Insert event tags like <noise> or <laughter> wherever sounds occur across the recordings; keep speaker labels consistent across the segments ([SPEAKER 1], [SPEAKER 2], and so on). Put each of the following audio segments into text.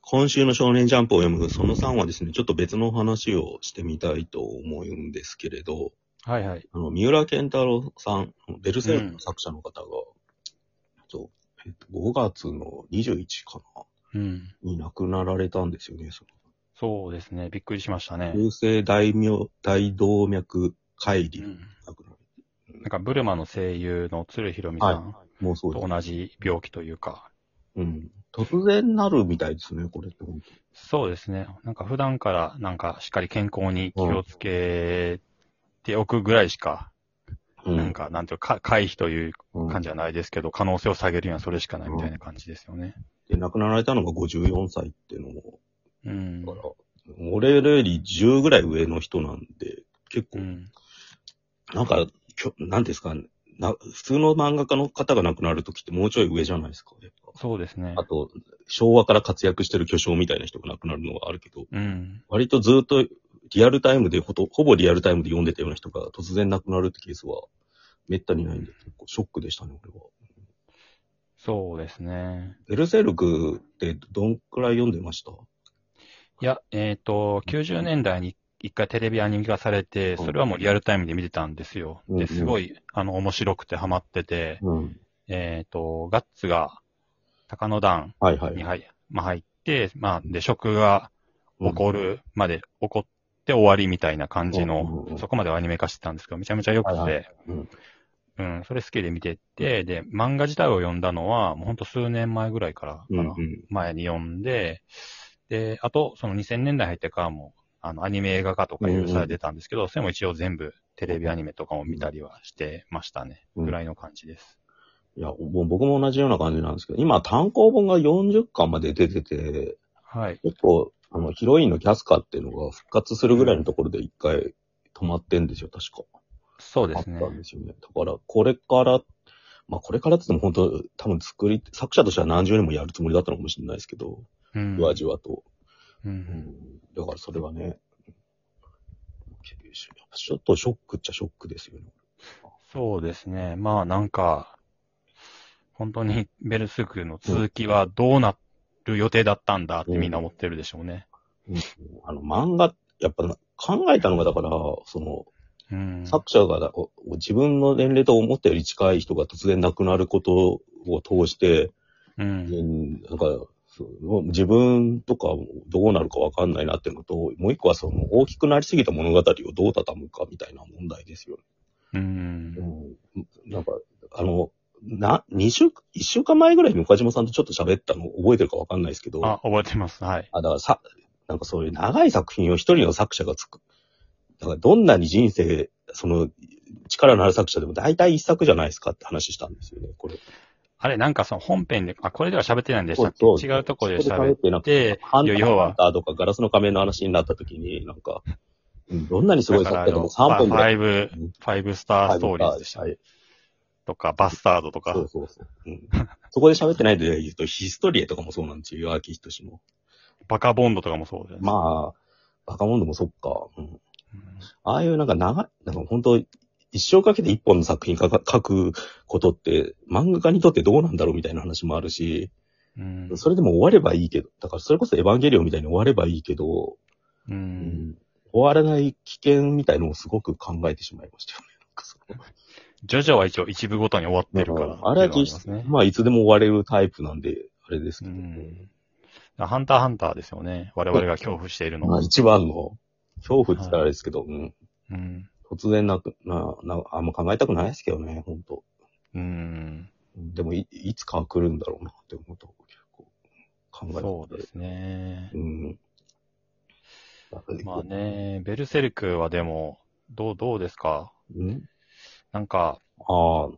[SPEAKER 1] 今週の少年ジャンプを読むその3はですね、ちょっと別のお話をしてみたいと思うんですけれど、
[SPEAKER 2] はいはい。
[SPEAKER 1] あの、三浦健太郎さん、ベルセルクの作者の方が、そうえっと、5月の21か
[SPEAKER 2] うん。
[SPEAKER 1] な、に亡くなられたんですよね。そ
[SPEAKER 2] そうですね。びっくりしましたね
[SPEAKER 1] の。急性大名、大動脈解離、
[SPEAKER 2] うん
[SPEAKER 1] 亡くなる
[SPEAKER 2] なんか、ブルマの声優の鶴ひろみさん
[SPEAKER 1] もうそうで
[SPEAKER 2] と
[SPEAKER 1] す。
[SPEAKER 2] 同じ病気というか、
[SPEAKER 1] うん。突然なるみたいですね、これって本
[SPEAKER 2] そうですね。なんか、普段から、なんか、しっかり健康に気をつけておくぐらいしか、
[SPEAKER 1] 当。う
[SPEAKER 2] なんか、なんていうか、回避という
[SPEAKER 1] うん
[SPEAKER 2] 感じはないですけど、可能性を下げるにはそれしかないみたいな感じですよね。
[SPEAKER 1] で、亡くなられたのが54歳っていうのも、
[SPEAKER 2] うん
[SPEAKER 1] だ。から、俺らより10ぐらい上の人なんで、結構、
[SPEAKER 2] うん。
[SPEAKER 1] なんか、きょなんですかね、な、普通の漫画家の方が亡くなるときってもうちょい上じゃないですか、やっ
[SPEAKER 2] そうですね
[SPEAKER 1] ぱあ。と、昭和から活躍してる巨匠みたいな人が亡くなるのはあるけど、
[SPEAKER 2] うん。
[SPEAKER 1] 割とずっとリアルタイムでほと、ほぼリアルタイムで読んでたような人が突然亡くなるってケースは、めったにないんで、結構ショックでしたね、俺は。
[SPEAKER 2] そうですね。
[SPEAKER 1] ベルセルクってどんくらい読んでました
[SPEAKER 2] いや、えっ、と、90年代に一回テレビアニメ化されて、
[SPEAKER 1] うん
[SPEAKER 2] それはもうリアルタイムで見てたんですよ。
[SPEAKER 1] うんう
[SPEAKER 2] で、
[SPEAKER 1] ん
[SPEAKER 2] すごい、あの、面白くてハマってて、
[SPEAKER 1] うん。
[SPEAKER 2] えっ、と、ガッツが、鷹の段
[SPEAKER 1] はいはい。
[SPEAKER 2] に入,、まあ、入って、まあ、で、食が起こるまで、起こって終わりみたいな感じ
[SPEAKER 1] うんうんう
[SPEAKER 2] の
[SPEAKER 1] ん、
[SPEAKER 2] そこまではアニメ化してたんですけど、めちゃめちゃ良く
[SPEAKER 1] はいは
[SPEAKER 2] て、
[SPEAKER 1] うん。
[SPEAKER 2] うん、それ好きで見てて、で、漫画自体を読んだのは、もうほんと数年前ぐらいからか
[SPEAKER 1] うん、う
[SPEAKER 2] な。
[SPEAKER 1] ん。
[SPEAKER 2] 前に読んで、で、あと、その2000年代入ってからも、あの、アニメ映画化とかいろいろされてたんですけど、それも一応全部テレビアニメとかも見たりはしてましたね。
[SPEAKER 1] うん
[SPEAKER 2] ぐらいの感じです。
[SPEAKER 1] いや、もう僕も同じような感じなんですけど、今単行本が40巻まで出てて、
[SPEAKER 2] はい。
[SPEAKER 1] 結構、あの、ヒロインのキャスカっていうのが復活するぐらいのところで一回止まってんですよ、確か。
[SPEAKER 2] そうですね
[SPEAKER 1] あっ。たんですよね。だから、これから、まあ、これからって言っても本当、多分作り、作者としては何十年もやるつもりだったのかもしれないですけど、
[SPEAKER 2] うん
[SPEAKER 1] じわじわと。
[SPEAKER 2] う。
[SPEAKER 1] うんん。だからそれはね、ちょっとショックっちゃショックですよね。
[SPEAKER 2] そうですね。まあなんか、本当にベルスクの続きはどうなる予定だったんだってみんな思ってるでしょうね。
[SPEAKER 1] あの、漫画、やっぱな考えたのが、だから、その、
[SPEAKER 2] うん。
[SPEAKER 1] 作者がおお自分の年齢と思ったより近い人が突然亡くなることを通して、
[SPEAKER 2] うん。
[SPEAKER 1] うんなんか、そう自分とかどうなるかわかんないなっていうのと、もう一個はその大きくなりすぎた物語をどう畳むかみたいな問題ですよ
[SPEAKER 2] うん
[SPEAKER 1] ね。。うん、なんか、あの、な、二週、一週間前ぐらいに岡島さんとちょっと喋ったの覚えてるかわかんないですけど、
[SPEAKER 2] あ、覚えてます。はい。
[SPEAKER 1] あ、だからさ、なんかそういう長い作品を一人の作者が作る。だからどんなに人生、その、力のある作者でも大体一作じゃないですかって話したんですよね、これ。
[SPEAKER 2] あれ、なんかその本編で、あ、これでは喋ってないんでしたっけ
[SPEAKER 1] そうそう
[SPEAKER 2] 違うところで
[SPEAKER 1] そこ
[SPEAKER 2] 喋っ
[SPEAKER 1] ってなく
[SPEAKER 2] て、
[SPEAKER 1] ハンタ
[SPEAKER 2] いや要は
[SPEAKER 1] ーとかガラスの仮面の話になった時に、なんか、うんどんなにすごい
[SPEAKER 2] だ
[SPEAKER 1] 作
[SPEAKER 2] から
[SPEAKER 1] 家
[SPEAKER 2] あ
[SPEAKER 1] で
[SPEAKER 2] の
[SPEAKER 1] も3本
[SPEAKER 2] フ
[SPEAKER 1] ぐら
[SPEAKER 2] ァ
[SPEAKER 1] い。
[SPEAKER 2] イブ、
[SPEAKER 1] うん
[SPEAKER 2] ファイブスターストーリーズでした、
[SPEAKER 1] は
[SPEAKER 2] ね
[SPEAKER 1] い
[SPEAKER 2] とか、バスタードとか。
[SPEAKER 1] そうそうそう。うん、そこで喋ってないで言うと、ヒストリエとかもそうなんですよ、岩木仁も。
[SPEAKER 2] バカボンドとかもそうです。
[SPEAKER 1] まあ、バカモンドもそっか。うん
[SPEAKER 2] うん
[SPEAKER 1] ああいうなんか長い、なんか本当一生かけて一本の作品かか書くことって、漫画家にとってどうなんだろうみたいな話もあるし、
[SPEAKER 2] うん。
[SPEAKER 1] それでも終わればいいけど、だからそれこそエヴァンゲリオンみたいに終わればいいけど、
[SPEAKER 2] う。
[SPEAKER 1] うん終わらない危険みたいのをすごく考えてしまいましたよ
[SPEAKER 2] <laughs>
[SPEAKER 1] ね。なんかその
[SPEAKER 2] ジョジョは一応一部ごとに終わってるから。
[SPEAKER 1] あれは
[SPEAKER 2] って
[SPEAKER 1] 実
[SPEAKER 2] いうのがあります
[SPEAKER 1] 質、
[SPEAKER 2] ね。
[SPEAKER 1] まあいつでも終われるタイプなんで、あれです
[SPEAKER 2] う
[SPEAKER 1] けど、
[SPEAKER 2] ん。ハンターハンターですよね。我々が恐怖しているの
[SPEAKER 1] まあ
[SPEAKER 2] は。
[SPEAKER 1] 一番の恐怖って言ったらあれですけど、うん、
[SPEAKER 2] うん。
[SPEAKER 1] 突然なく、な、な、あんま考えたくないですけどね、本当
[SPEAKER 2] うん。
[SPEAKER 1] でもい、いつかは来るんだろうなって思うと、結構考えて
[SPEAKER 2] そうですね。
[SPEAKER 1] うん。だから
[SPEAKER 2] まあね、ベルセルクはでも、どう、どうですか
[SPEAKER 1] うん
[SPEAKER 2] なんか、
[SPEAKER 1] ああ、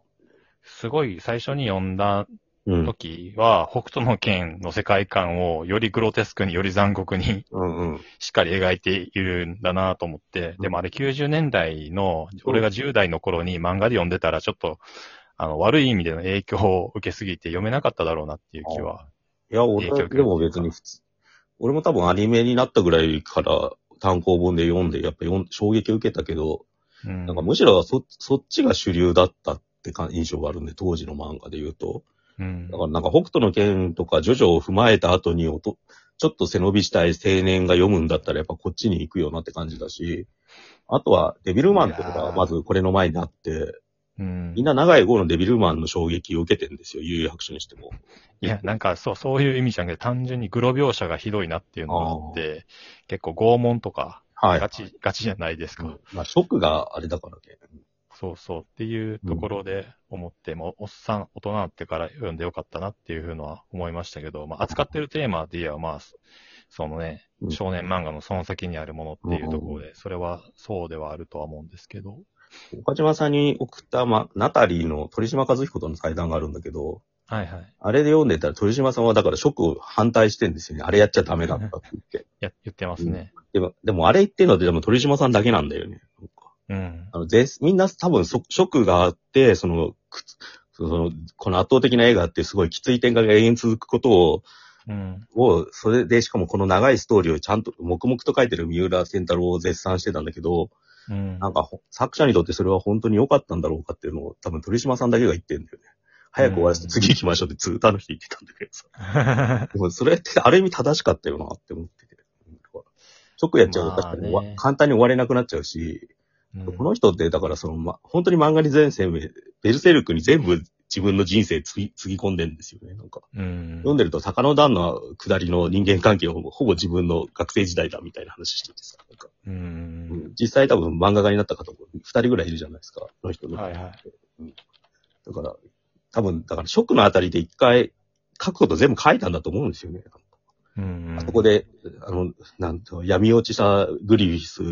[SPEAKER 2] すごい最初に読んだ
[SPEAKER 1] うん。
[SPEAKER 2] 時は、北斗の剣の世界観をよりグロテスクに、より残酷に
[SPEAKER 1] うんうん。
[SPEAKER 2] しっかり描いているんだなと思って、でもあれ90年代の、俺が10代の頃に漫画で読んでたら、ちょっと、あの、悪い意味での影響を受けすぎて読めなかっただろうなっていう気は。
[SPEAKER 1] いや、俺
[SPEAKER 2] 影響受けるっていうか
[SPEAKER 1] でも別に普通。俺も多分アニメになったぐらいから単行本で読んで、やっぱ読ん衝撃を受けたけど、
[SPEAKER 2] うん
[SPEAKER 1] なんかむしろそそっちが主流だったっってか印象があるんで、当時の漫画で言うと。
[SPEAKER 2] うん
[SPEAKER 1] だからなんか北斗の剣とかジョジョを踏まえた後におと、ちょっと背伸びしたい青年が読むんだったらやっぱこっちに行くよなって感じだし、あとはデビルマンっての
[SPEAKER 2] いや
[SPEAKER 1] が
[SPEAKER 2] ー
[SPEAKER 1] まずこれの前にあって、
[SPEAKER 2] うん
[SPEAKER 1] みんな長い号のデビルマンの衝撃を受けてんですよ、悠々白書にしても。
[SPEAKER 2] いや、なんかそう、そういう意味じゃなくて、単純にグロ描写がひどいなっていうのがあって、結構拷問とか、
[SPEAKER 1] はい。
[SPEAKER 2] ガチ、ガチじゃないですか。
[SPEAKER 1] うんまあ、ショックがあれだからね。
[SPEAKER 2] そうそうっていうところで思って、もうおっさん、大人になってから読んでよかったなっていうのは思いましたけど、まあ、扱ってるテーマで言えば、まあ、そのね
[SPEAKER 1] う、ん
[SPEAKER 2] 少年漫画のその先にあるものっていうところで、それはそうではあるとは思うんですけど、
[SPEAKER 1] 岡島さんに送った、まあ、ナタリーの鳥島和彦との対談があるんだけど、
[SPEAKER 2] はいはい。い
[SPEAKER 1] あれで読んでたら鳥島さんはだからショックを反対してんですよね。あれやっちゃダメだったって言って。
[SPEAKER 2] や、言ってますね。
[SPEAKER 1] でも、でもあれ言ってるのってでも鳥島さんだけなんだよね。なんか
[SPEAKER 2] うん。
[SPEAKER 1] あの、ぜ、みんな多分そ、ショックがあって、その、くつその、この圧倒的な映画ってすごいきつい展開が永遠続くことを、
[SPEAKER 2] うん。
[SPEAKER 1] を、それで、しかもこの長いストーリーをちゃんと黙々と書いてる三浦健太郎を絶賛してたんだけど、
[SPEAKER 2] うん。
[SPEAKER 1] なんかほ、作者にとってそれは本当に良かったんだろうかっていうのを、多分鳥島さんだけが言ってんだよね。早く終わらせて次行きましょうってずーっとあの人言ってたんだけどさ。でもそれってある意味正しかったよなって思ってて。ショックやっちゃうと確かに終わ、
[SPEAKER 2] まあね
[SPEAKER 1] 簡単に終われなくなっちゃうし、
[SPEAKER 2] <laughs> うん
[SPEAKER 1] この人って、だからその、ま、本当に漫画に全生命、ベルセルクに全部自分の人生つぎ、つぎ込んでんですよね。なんか、
[SPEAKER 2] うん。
[SPEAKER 1] 読んでると坂の段の下りの人間関係をほぼ自分の学生時代だみたいな話しててさ、なんか、
[SPEAKER 2] う
[SPEAKER 1] うん
[SPEAKER 2] ん。
[SPEAKER 1] 実際多分漫画家になった方も二人ぐらいいるじゃないですか、この人の。
[SPEAKER 2] はいはい。
[SPEAKER 1] だから、多分、だからショックのあたりで一回、書くこと全部書いたんだと思うんですよね。
[SPEAKER 2] うん。
[SPEAKER 1] あそこで、あの、なんと、闇落ちしたグリフィス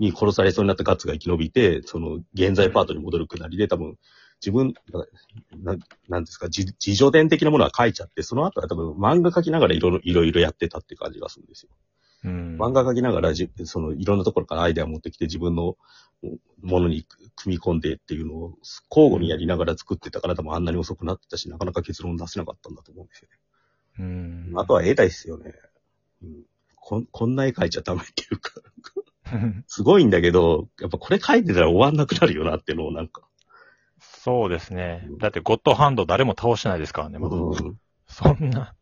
[SPEAKER 1] に殺されそうになったガッツが生き延びて、その、現在パートに戻るくだりで、多分、自分、なななんですか、自自助伝的なものは書いちゃって、その後は多分漫画書きながらいろいろいろいろやってたって感じがするんですよ。
[SPEAKER 2] うん、
[SPEAKER 1] 漫画書きながらじ、その、いろんなところからアイデアを持ってきて、自分のものに組み込んでっていうのを交互にやりながら作ってたから、多分あんなに遅くなってたし、なかなか結論出せなかったんだと思うんですよね。
[SPEAKER 2] うん。
[SPEAKER 1] あとは絵だいっすよね。うん、こんこんな絵描いちゃダメっていうか、 <laughs> すごいんだけど、やっぱこれ描いてたら終わんなくなるよなってのをなんか。
[SPEAKER 2] <laughs> そうですね。だってゴッドハンド誰も倒してないですからね、まだ。
[SPEAKER 1] うん
[SPEAKER 2] そんな。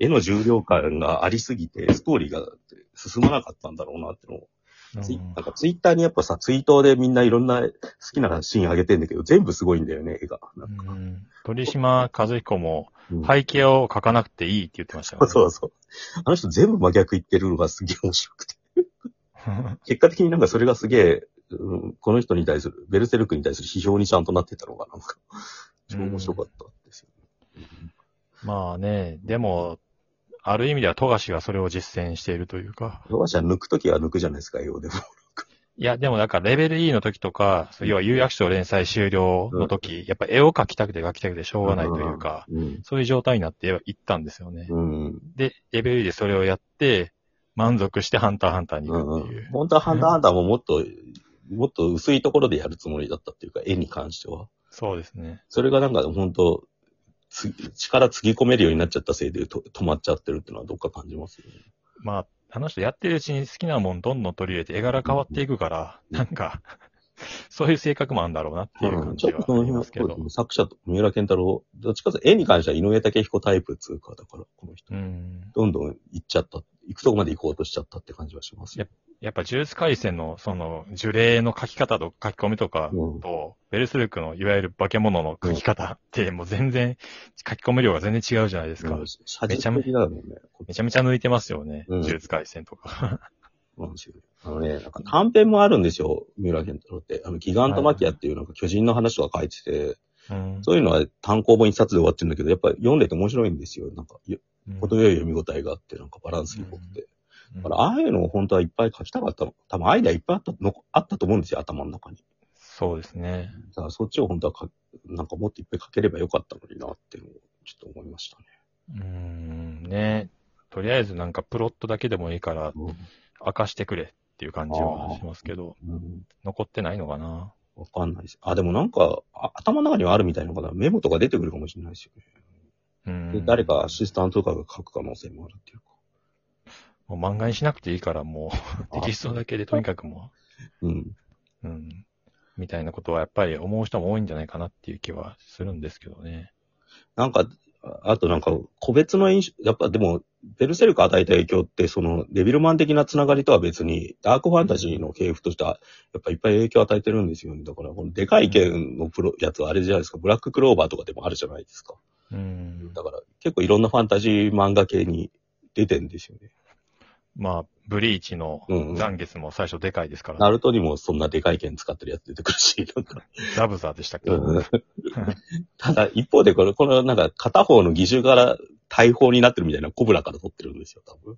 [SPEAKER 1] 絵の重量感がありすぎて、ストーリーが進まなかったんだろうなってのを。ツイなんかツイッターにやっぱさ、ツイートでみんないろんな好きなシーン上げてんだけど、全部すごいんだよね、絵が。なんか
[SPEAKER 2] うん鳥島和彦も
[SPEAKER 1] うん
[SPEAKER 2] 背景を描かなくていいって言ってましたよね。
[SPEAKER 1] そうそう。あの人全部真逆言ってるのがすげえ面白くて。結果的になんかそれがすげえ、うん、この人に対する、ベルセルクに対する批評にちゃんとなってたのが、なんか、超面白かったですよ、
[SPEAKER 2] <laughs> まあね、でも、ある意味では富樫がそれを実践しているというか。
[SPEAKER 1] ロバシャ抜くときは抜くじゃないですか、英語でも。
[SPEAKER 2] いや、でもなんかレベル E の時とか、そう要は有楽町連載終了の時、やっぱ絵を描きたくて描きたくてしょうがないというか、
[SPEAKER 1] うん。
[SPEAKER 2] そういう状態になって行ったんですよね。
[SPEAKER 1] うん。
[SPEAKER 2] で、レベル E でそれをやって、満足してハンターハンターに行くっていう。
[SPEAKER 1] 本当はハンターハンターももっと、もっと薄いところでやるつもりだったっていうか、絵に関しては。
[SPEAKER 2] そうですね。
[SPEAKER 1] それがなんか本当、つ力つぎ込めるようになっちゃったせいでと止まっちゃってるっていうのはどっか感じますよね。
[SPEAKER 2] まあ、あの人やってるうちに好きなもんどんどん取り入れて絵柄変わっていくから、
[SPEAKER 1] うん
[SPEAKER 2] なんか、 <laughs> そういう性格もあるんだろうなっていう感じはありますけど。
[SPEAKER 1] 作者と三浦健太郎、どっちかというと絵に関しては井上武彦タイプっつうか、だから、この人。
[SPEAKER 2] うん。
[SPEAKER 1] どんどん行っちゃった、行くとこまで行こうとしちゃったって感じはしますよ。
[SPEAKER 2] やっぱジュース回線のその呪霊の書き方と書き込みとか
[SPEAKER 1] うん
[SPEAKER 2] と、ベルスルクのいわゆる化け物の書き方ってもう全然書き込み量が全然違うじゃないですか。
[SPEAKER 1] うん写実的だよね。こっ
[SPEAKER 2] めちゃめちゃ抜いてますよね。
[SPEAKER 1] うん
[SPEAKER 2] ジュース回線
[SPEAKER 1] <laughs>
[SPEAKER 2] とか。
[SPEAKER 1] なんですよね。あのね、なんか短編もあるんですよ、三浦健太郎って。あの、ギガントマキアっていうなんか巨人の話とか書いてて、
[SPEAKER 2] うん
[SPEAKER 1] そういうのは単行本一冊で終わってるんだけど、やっぱ読んでて面白いんですよ。なんか、よ
[SPEAKER 2] うん
[SPEAKER 1] 程よい読み応えがあって、なんかバランスよくて。だから、ああいうのを本当はいっぱい書きたかったの。多分アイデアいっぱいあったのあったと思うんですよ、頭の中に。
[SPEAKER 2] そうですね。
[SPEAKER 1] だからそっちを本当はか、なんかもっといっぱい書ければよかったのになっていうのをちょっと思いましたね。
[SPEAKER 2] うーん、ね。とりあえずなんかプロットだけでもいいから、明かしてくれっていう感じはしますけど、
[SPEAKER 1] うん
[SPEAKER 2] 残ってないのかな。
[SPEAKER 1] わかんないです。あ、でもなんか、あ頭の中にはあるみたいなのかな。メモとか出てくるかもしれないですよ
[SPEAKER 2] う
[SPEAKER 1] ね。で
[SPEAKER 2] ん。
[SPEAKER 1] 誰かアシスタントとかが書く可能性もあるっていうか。
[SPEAKER 2] もう漫 <laughs> 画にしなくていいから、もう、テキストだけでとにかくも
[SPEAKER 1] うん。
[SPEAKER 2] う、うん。みたいなことはやっぱり思う人も多いんじゃないかなっていう気はするんですけどね。
[SPEAKER 1] なんか、ああとなんか、個別の印象、やっぱでも、ベルセルク与えた影響って、その、デビルマン的なつながりとは別に、ダークファンタジーの系譜としては、やっぱいっぱい影響を与えてるんですよね。だから、このでかい剣のプロ、やつはあれじゃないですか、ブラッククローバーとかでもあるじゃないですか。
[SPEAKER 2] うん。
[SPEAKER 1] だから、結構いろんなファンタジー漫画系に出てんですよね。
[SPEAKER 2] まあ、ブリーチの
[SPEAKER 1] うんうん
[SPEAKER 2] 残月も最初でかいですから、
[SPEAKER 1] ナルトにもそんなでかい剣使ってるやつ出てくるし、 <laughs> なんか。
[SPEAKER 2] ザブザーでしたっけ、
[SPEAKER 1] うんただ、一方でこれ、このなんか片方の義手から大砲になってるみたいなコブラから取ってるんですよ、多分。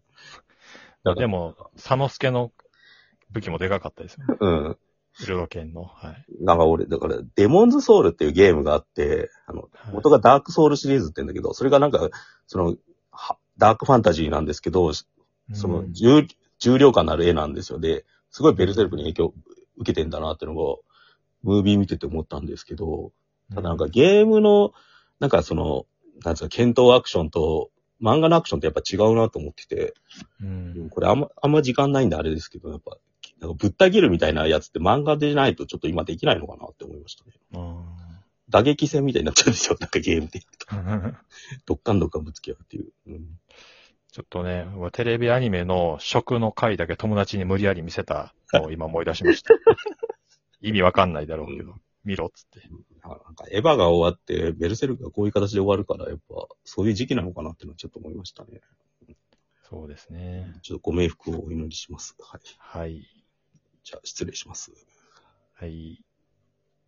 [SPEAKER 1] だか
[SPEAKER 2] で
[SPEAKER 1] ら、
[SPEAKER 2] も、佐之助の武器もでかかったですよ
[SPEAKER 1] <laughs>
[SPEAKER 2] ね。
[SPEAKER 1] うん。
[SPEAKER 2] ルドケンの。はい。
[SPEAKER 1] なんか俺、だから、デモンズソウルっていうゲームがあって、あの、
[SPEAKER 2] はい
[SPEAKER 1] 元がダークソウルシリーズって言うんだけど、それがなんか、その、はダークファンタジーなんですけど、その
[SPEAKER 2] うん
[SPEAKER 1] 重、重量感のある絵なんですよ。で、すごいベルセルクに影響受けてんだなっていうのを、ムービー見てて思ったんですけど、ただなんかゲームの、なんかその、なんですか、検討アクションと、漫画のアクションってやっぱ違うなと思ってて、
[SPEAKER 2] うん
[SPEAKER 1] これあんま、あんま時間ないんであれですけど、やっぱ、なんかぶった切るみたいなやつって漫画でないとちょっと今できないのかなって思いましたね。打撃戦みたいになっちゃうんですよ、なん <laughs> かゲームで。
[SPEAKER 2] <laughs> うん
[SPEAKER 1] どっかんどっかんぶつけ合うっていう。うん
[SPEAKER 2] ちょっとね、テレビアニメの食の回だけ友達に無理やり見せたのを今思い出しま <laughs> した。意味わかんないだろうけど、見ろっつって。
[SPEAKER 1] あなんかエヴァが終わって、ベルセルクがこういう形で終わるから、やっぱ、そういう時期なのかなっていうのはちょっと思いましたね。
[SPEAKER 2] そうですね。
[SPEAKER 1] ちょっとご冥福をお祈りします。はい。
[SPEAKER 2] はい。
[SPEAKER 1] じゃあ、失礼します。
[SPEAKER 2] はい。